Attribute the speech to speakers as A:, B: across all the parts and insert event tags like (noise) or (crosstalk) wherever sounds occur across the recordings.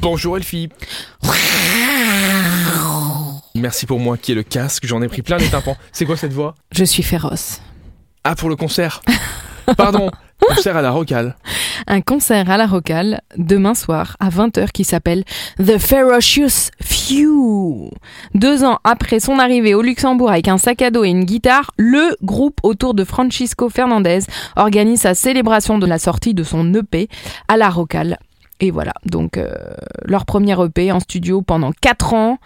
A: Bonjour Elfie. Merci pour moi qui est le casque, j'en ai pris plein les tympans. C'est quoi cette voix
B: Je suis féroce.
A: Ah pour le concert. Pardon, concert à la Rocale.
B: Un concert à la Rocale demain soir à 20h qui s'appelle The Ferocious Few. Deux ans après son arrivée au Luxembourg avec un sac à dos et une guitare, le groupe autour de Francisco Fernandez organise sa célébration de la sortie de son EP à la Rocale. Et voilà, donc euh, leur premier EP en studio pendant 4 ans.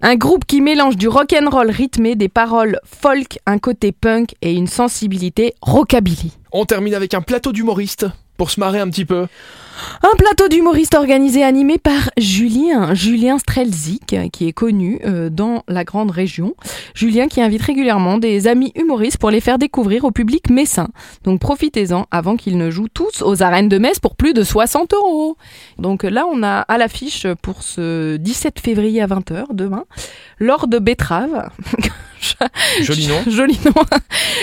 B: Un groupe qui mélange du rock'n'roll rythmé, des paroles folk, un côté punk et une sensibilité rockabilly.
A: On termine avec un plateau d'humoristes pour se marrer un petit peu.
B: Un plateau d'humoristes organisé et animé par Julien, Julien Strelzik, qui est connu euh, dans la grande région. Julien qui invite régulièrement des amis humoristes pour les faire découvrir au public messin. Donc profitez-en avant qu'ils ne jouent tous aux arènes de Metz pour plus de 60 euros. Donc là, on a à l'affiche pour ce 17 février à 20h, demain, l'or de Betrave.
A: Joli nom.
B: (laughs) Joli nom.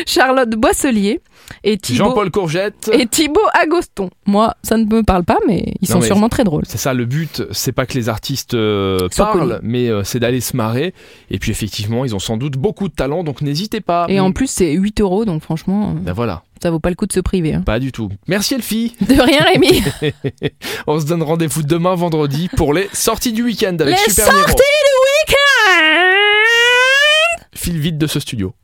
B: Charlotte Boisselier et Thibaut,
A: Jean-Paul Courgette.
B: et Thibaut Agoston. Moi, ça ne me parle pas, mais ils
A: Non,
B: sont
A: mais-
B: sûrement très drôles.
A: C'est ça le but, c'est pas que les artistes euh,
B: Soient
A: parlent, mais euh, c'est d'aller se marrer. Et puis effectivement, ils ont sans doute beaucoup de talent, donc n'hésitez pas.
B: Et en plus, c'est 8 euros, donc franchement, euh,
A: Ben voilà,
B: ça vaut pas le coup de se priver. hein. (laughs)
A: pas du tout. Merci Elfie.
B: De rien, Rémi.
A: On se donne rendez-vous demain vendredi pour les sorties du week-end avec
B: Les
A: Super Nero.
B: sorties Week-end
A: File vite de ce studio.